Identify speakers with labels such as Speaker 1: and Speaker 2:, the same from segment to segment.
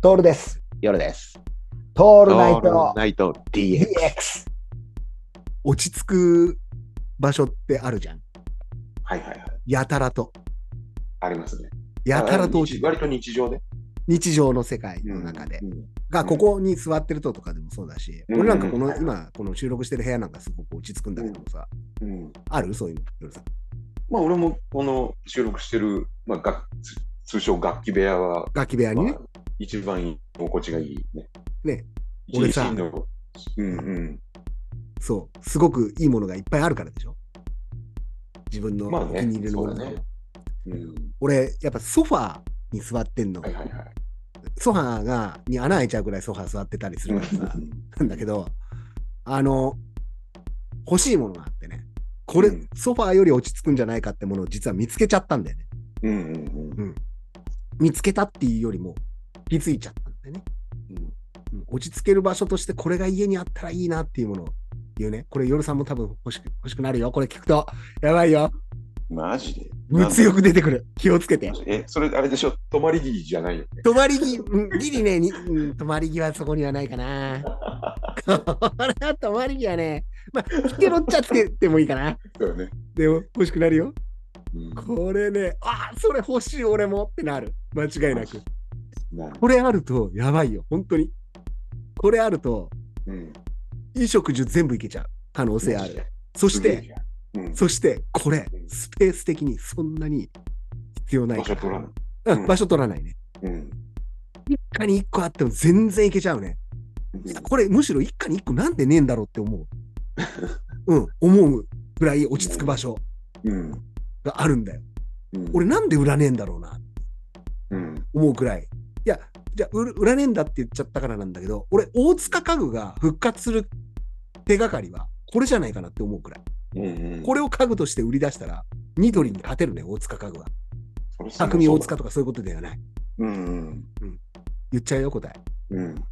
Speaker 1: トールです。
Speaker 2: 夜です。
Speaker 1: ト
Speaker 2: オ
Speaker 1: ールナイト
Speaker 2: ナイト DX。
Speaker 1: DX。落ち着く場所ってあるじゃん。
Speaker 2: はいはいはい。
Speaker 1: やたらと。
Speaker 2: ありますね。
Speaker 1: やたらと落ち
Speaker 2: 日割と日常で。
Speaker 1: 日常の世界の中で。
Speaker 2: うん
Speaker 1: が、ここに座ってるととかでもそうだし、
Speaker 2: うん
Speaker 1: 俺なんかこ
Speaker 2: うん
Speaker 1: の今、この収録してる部屋なんかすごく落ち着くんだけどもさ、
Speaker 2: うん
Speaker 1: あるそういうの、夜さん。
Speaker 2: まあ俺もこの収録してる、まあ楽、通称楽器部屋は、
Speaker 1: 楽器部屋に
Speaker 2: ま
Speaker 1: ね
Speaker 2: あ。、一番居心地がいいね。
Speaker 1: ね。
Speaker 2: 一
Speaker 1: 俺
Speaker 2: 日
Speaker 1: さ
Speaker 2: の。うんうん。
Speaker 1: そう、すごくいいものがいっぱいあるからでしょ。自分の
Speaker 2: まあ
Speaker 1: お
Speaker 2: ね
Speaker 1: 気に入りのものとか、
Speaker 2: そうだねうん
Speaker 1: 俺、やっぱソファーに座ってんの。
Speaker 2: はいはいはい。
Speaker 1: ソファーがに穴開いちゃうぐらいソファー座ってたりするからさ、なんだけど、あの、欲しいものがあってね、これ、
Speaker 2: うん
Speaker 1: ソファーより落ち着くんじゃないかってものを実は見つけちゃったんだよね。
Speaker 2: うんうんうん
Speaker 1: 見つけたっていうよりも、気づいちゃったんだよね。
Speaker 2: うん。
Speaker 1: うん落ち着ける場所としてこれが家にあったらいいなっていうものを言うね。これ、夜さんも多分欲しく欲しくなるよ。これ聞くと、やばいよ。
Speaker 3: マジで
Speaker 1: 物欲出てくる。気をつけて。
Speaker 3: え、それあれでしょ
Speaker 2: 泊まり木じゃないよね。
Speaker 1: 泊まりぎ、うんギリね、にうん泊まりぎはそこにはないかな。これは泊まりぎはね、まあ、来てろっちゃつけてもいいかな。
Speaker 2: だよね。
Speaker 1: でも、欲しくなるよ。
Speaker 2: うん
Speaker 1: これね、あそれ欲しい俺もってなる。間違いなく。
Speaker 2: なる
Speaker 1: これあると、やばいよ、本当に。これあると、
Speaker 2: うん
Speaker 1: 衣食住全部いけちゃう可能性ある。。そし
Speaker 2: すげえ
Speaker 1: て、
Speaker 2: じゃんうん
Speaker 1: そして、これ
Speaker 2: う、ん
Speaker 1: スペース的にそんなに必要ない
Speaker 2: 場
Speaker 1: か
Speaker 2: 所
Speaker 1: ら。
Speaker 2: 取らない。
Speaker 1: うん場所取らないね。
Speaker 2: うん
Speaker 1: 一家に一個あっても全然いけちゃうね。
Speaker 2: うん
Speaker 1: これむしろ一家に一個なんでねえんだろうって思う。うん、思うぐらい落ち着く場所
Speaker 2: うん
Speaker 1: があるんだよ。
Speaker 2: うん
Speaker 1: 俺なんで売らねえんだろうな、
Speaker 2: うん
Speaker 1: 思うくらい。いや、じゃあ売る売らねえんだって言っちゃったからなんだけど、俺、大塚家具が復活する手がかりは、これじゃないかなって思うくらい。
Speaker 2: うんうん
Speaker 1: これを家具として売り出したら、ニトリに勝てるね、大塚家具は。
Speaker 2: それすごい
Speaker 1: 匠大塚とかそういうことではない。
Speaker 2: うんうん
Speaker 1: 言っちゃうよ、答え。
Speaker 2: うん
Speaker 1: フ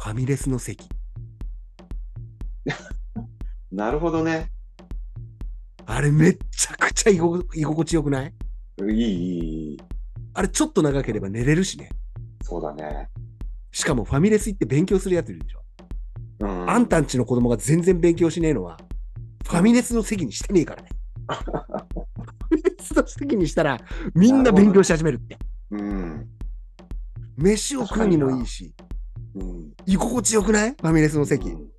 Speaker 1: ァミレスの席。
Speaker 2: なるほどね。
Speaker 1: あれ、めっちゃくちゃ居心居心地よくない
Speaker 2: いい、いい、いい。
Speaker 1: あれ、ちょっと長ければ寝れるしね。
Speaker 2: そうだね。
Speaker 1: しかもファミレス行って勉強するやついるでしょ。
Speaker 2: う
Speaker 1: あん。たんちの子供が全然勉強しねえのは、ファミレスの席にしてねえからね。ファミレスの席にしたら、みんな勉強し始めるって。
Speaker 2: うん。
Speaker 1: 飯を食うにもいいし、
Speaker 2: うん。
Speaker 1: 居心地よくないファミレスの席。
Speaker 2: うん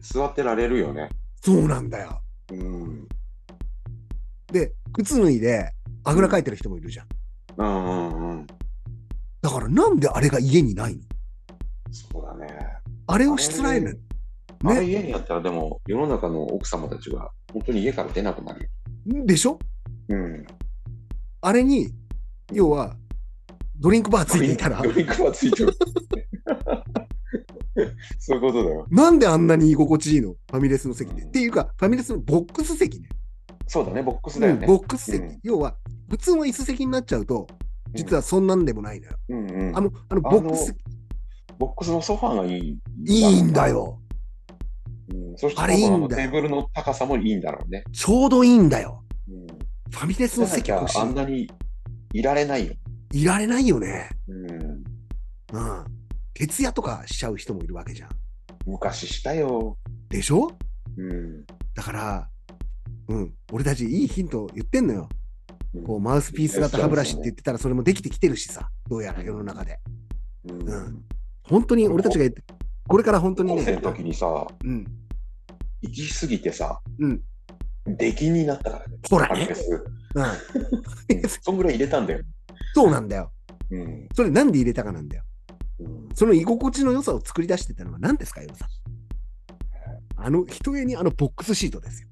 Speaker 2: 座ってられるよね。
Speaker 1: そうなんだよ。
Speaker 2: うん。
Speaker 1: で、靴脱いで、あぐらかいてる人もいるじゃん。
Speaker 2: うんうんうん。
Speaker 1: だからなんであれが家にないの
Speaker 2: そうだね。
Speaker 1: あれをしつらえる。
Speaker 2: あれ
Speaker 1: ね。
Speaker 2: 家にあったらでも世の中の奥様たちは本当に家から出なくなるよ。
Speaker 1: でしょ
Speaker 2: うん。
Speaker 1: あれに、要は、ドリンクバーついていたら
Speaker 2: ド、リンクはついて る。そういうことだよ。
Speaker 1: なんであんなに居心地いいのファミレスの席で。っていうか、ファミレスのボックス席ね。
Speaker 2: そうだね、ボックスだよね。
Speaker 1: ボックス席、
Speaker 2: うん
Speaker 1: 要は普通の椅子席になっちゃうと実はそんなんでもないのよ、
Speaker 2: うんうん
Speaker 1: あのあのボックス
Speaker 2: ボックスのソファーがいい。
Speaker 1: いいんだ。よ
Speaker 2: うん、そして
Speaker 1: あれいいんだよ
Speaker 2: ソファーのテーブルの高さもいいんだろうね。
Speaker 1: ちょうどいいんだよ
Speaker 2: うん、
Speaker 1: ファミレスの席
Speaker 2: じゃな
Speaker 1: 欲
Speaker 2: き
Speaker 1: し
Speaker 2: ゃあんなにいられないよ。
Speaker 1: いいられないよね
Speaker 2: うん、
Speaker 1: うん徹夜とかしちゃう人もいるわけじゃん
Speaker 2: 昔したよ。
Speaker 1: でしょ
Speaker 2: うん、
Speaker 1: だからうん俺たちいいヒント言ってんのよこうマウスピース型歯ブラシって言ってたらそれもできてきてるしさどうやら世の中で
Speaker 2: うん
Speaker 1: うん本当に俺たちが言ってこれから本当に
Speaker 2: 高校生
Speaker 1: ね
Speaker 2: の時にさ、
Speaker 1: うん
Speaker 2: 行き過ぎてさ、
Speaker 1: うん
Speaker 2: 出禁になったからね、
Speaker 1: ほら
Speaker 2: ファミ
Speaker 1: ね
Speaker 2: レス。
Speaker 1: うん
Speaker 2: うんそんぐらい入れたんだよ。
Speaker 1: そうなんだよ
Speaker 2: うん、
Speaker 1: それなんで入れたかなんだよ
Speaker 2: うん
Speaker 1: その居心地の良さを作り出してたのは何ですか、ヨさん。あの、人へにあのボックスシートですよ。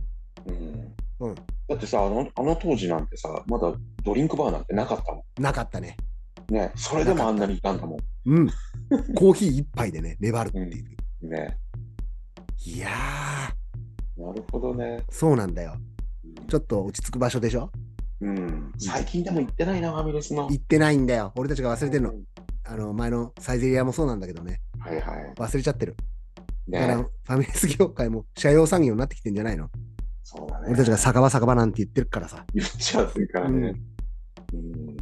Speaker 2: うん
Speaker 1: うん
Speaker 2: だってさあの、あの当時なんてさ、まだドリンクバーなんてなかったも
Speaker 1: なかったね。
Speaker 2: ん。ね、それでもあんなにいたんだも
Speaker 1: うん。 コーヒー一杯でね、粘るっていう。
Speaker 2: ん。ね、
Speaker 1: いや
Speaker 2: なるほどね。
Speaker 1: ー、そうなんだよ。
Speaker 2: うん
Speaker 1: ちょっと落ち着く場所でしょ
Speaker 2: うん、最近でも行ってないな、ファミレスの。
Speaker 1: 行ってないんだよ。俺たちが忘れてるの
Speaker 2: う。ん
Speaker 1: あの、前のサイゼリアもそうなんだけどね。
Speaker 2: はいは
Speaker 1: 忘れちゃってる。
Speaker 2: い。
Speaker 1: だから、
Speaker 2: ね
Speaker 1: フ、ァミレス業界も社用産業になってきてんじゃないの
Speaker 2: そうだね。
Speaker 1: 俺たちが酒場酒場なんて言ってるからさ。
Speaker 2: 言っちゃってるから
Speaker 1: う
Speaker 2: ね
Speaker 1: ん。
Speaker 2: うん